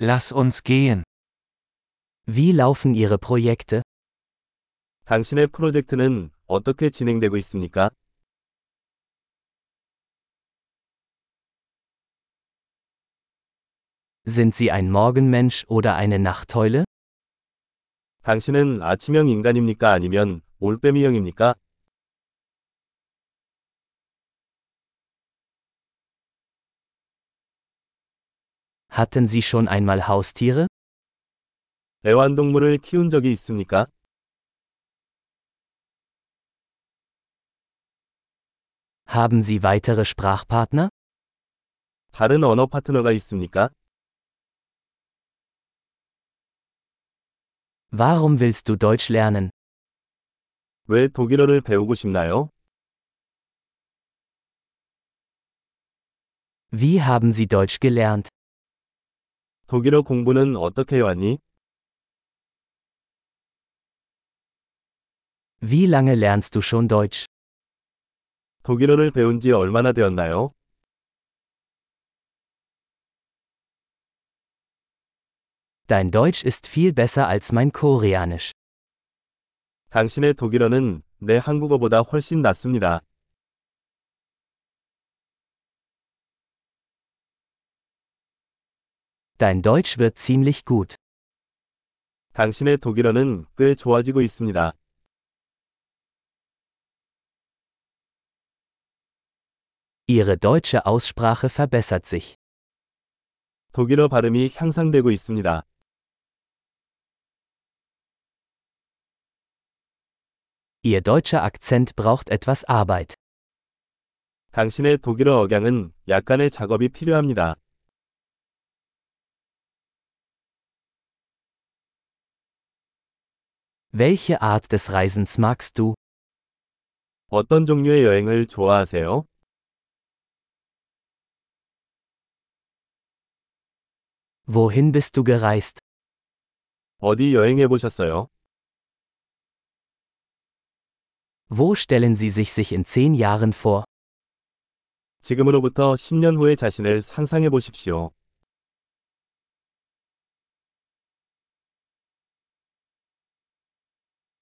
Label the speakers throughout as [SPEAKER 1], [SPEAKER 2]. [SPEAKER 1] Lass uns gehen. Wie laufen Ihre Projekte?
[SPEAKER 2] 당신의 프로젝트는 어떻게 진행되고 있습니까?
[SPEAKER 1] Sind Sie ein Morgenmensch oder eine Nachteule?
[SPEAKER 2] 당신은 아침형 인간입니까? 아니면 올빼미형입니까?
[SPEAKER 1] Hatten Sie schon einmal Haustiere?
[SPEAKER 2] 애완동물을 키운 적이 있습니까?
[SPEAKER 1] Haben Sie weitere Sprachpartner?
[SPEAKER 2] 다른 언어 파트너가 있습니까?
[SPEAKER 1] Warum willst du Deutsch lernen?
[SPEAKER 2] 왜 독일어를 배우고 싶나요?
[SPEAKER 1] Wie haben Sie Deutsch gelernt?
[SPEAKER 2] 독일어 공부는 어떻게 해왔니?
[SPEAKER 1] Wie lange lernst du schon Deutsch?
[SPEAKER 2] 독일어를 배운 지 얼마나 되었나요?
[SPEAKER 1] Dein Deutsch ist viel besser als mein Koreanisch.
[SPEAKER 2] 당신의 독일어는 내 한국어보다 훨씬 낫습니다.
[SPEAKER 1] Dein Deutsch wird ziemlich gut.
[SPEAKER 2] 당신의 독일어는 꽤 좋아지고 있습니다.
[SPEAKER 1] Ihre deutsche Aussprache verbessert sich.
[SPEAKER 2] 독일어 발음이 향상되고 있습니다.
[SPEAKER 1] Ihr deutscher Akzent braucht etwas Arbeit.
[SPEAKER 2] 당신의 독일어 억양은 약간의 작업이 필요합니다.
[SPEAKER 1] Welche Art des Reisens magst du?
[SPEAKER 2] 어떤 종류의 여행을 좋아하세요?
[SPEAKER 1] Wohin bist du gereist?
[SPEAKER 2] 어디 여행해 보셨어요?
[SPEAKER 1] Wo stellen Sie sich sich in zehn Jahren vor?
[SPEAKER 2] 지금으로부터 10년 후의 자신을 상상해 보십시오.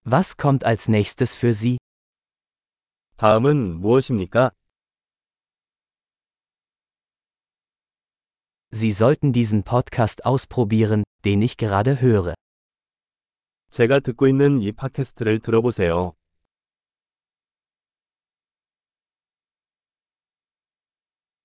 [SPEAKER 1] Was kommt als nächstes für Sie?
[SPEAKER 2] 다음은 무엇입니까?
[SPEAKER 1] Sie sollten diesen Podcast ausprobieren, den ich gerade höre.
[SPEAKER 2] 제가 듣고 있는 이 팟캐스트를 들어보세요.